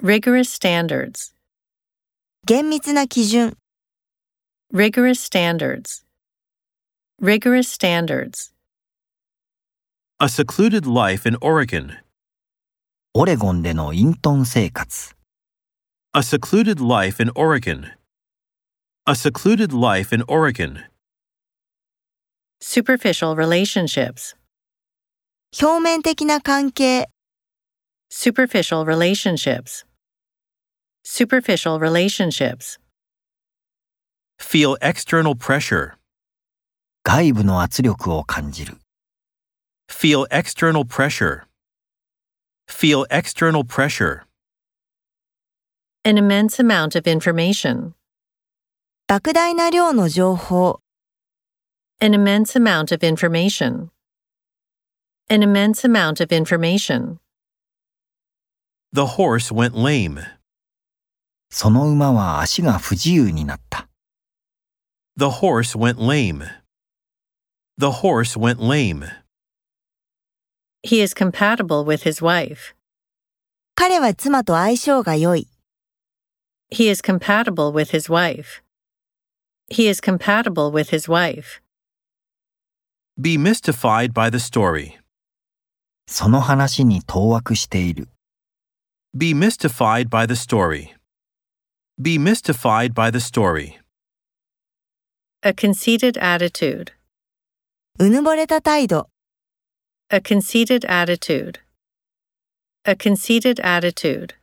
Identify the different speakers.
Speaker 1: rigorous standards,
Speaker 2: 厳密な基準、
Speaker 1: rigorous standards, rigorous standards,
Speaker 3: A secluded life in Oregon.
Speaker 4: オレゴンでの隠遁生活、
Speaker 3: A secluded life in Oregon. A secluded life in Oregon.
Speaker 1: superficial relationships,
Speaker 2: 表面的な関係、
Speaker 1: superficial relationships, superficial relationships,
Speaker 3: Feel external pressure.
Speaker 4: 外部の圧力を感じる、
Speaker 3: Feel external pressure. Feel external pressure.
Speaker 1: an immense amount of information,
Speaker 2: 莫大な量の情報、
Speaker 1: an immense amount of information, an immense amount of information,
Speaker 3: The horse went lame.
Speaker 4: その馬は足が不自由になった。
Speaker 3: The horse went lame. The horse went lame.
Speaker 1: he is compatible with his wife,
Speaker 2: 彼は妻と相性が良い、
Speaker 1: he is compatible with his wife, he is compatible with his wife.
Speaker 3: Be mystified by the story.
Speaker 4: その話に当惑している。
Speaker 3: Be mystified by the story. Be mystified by the story.
Speaker 1: A conceited attitude.
Speaker 2: うぬぼれた態度、
Speaker 1: A conceited attitude. A conceited attitude.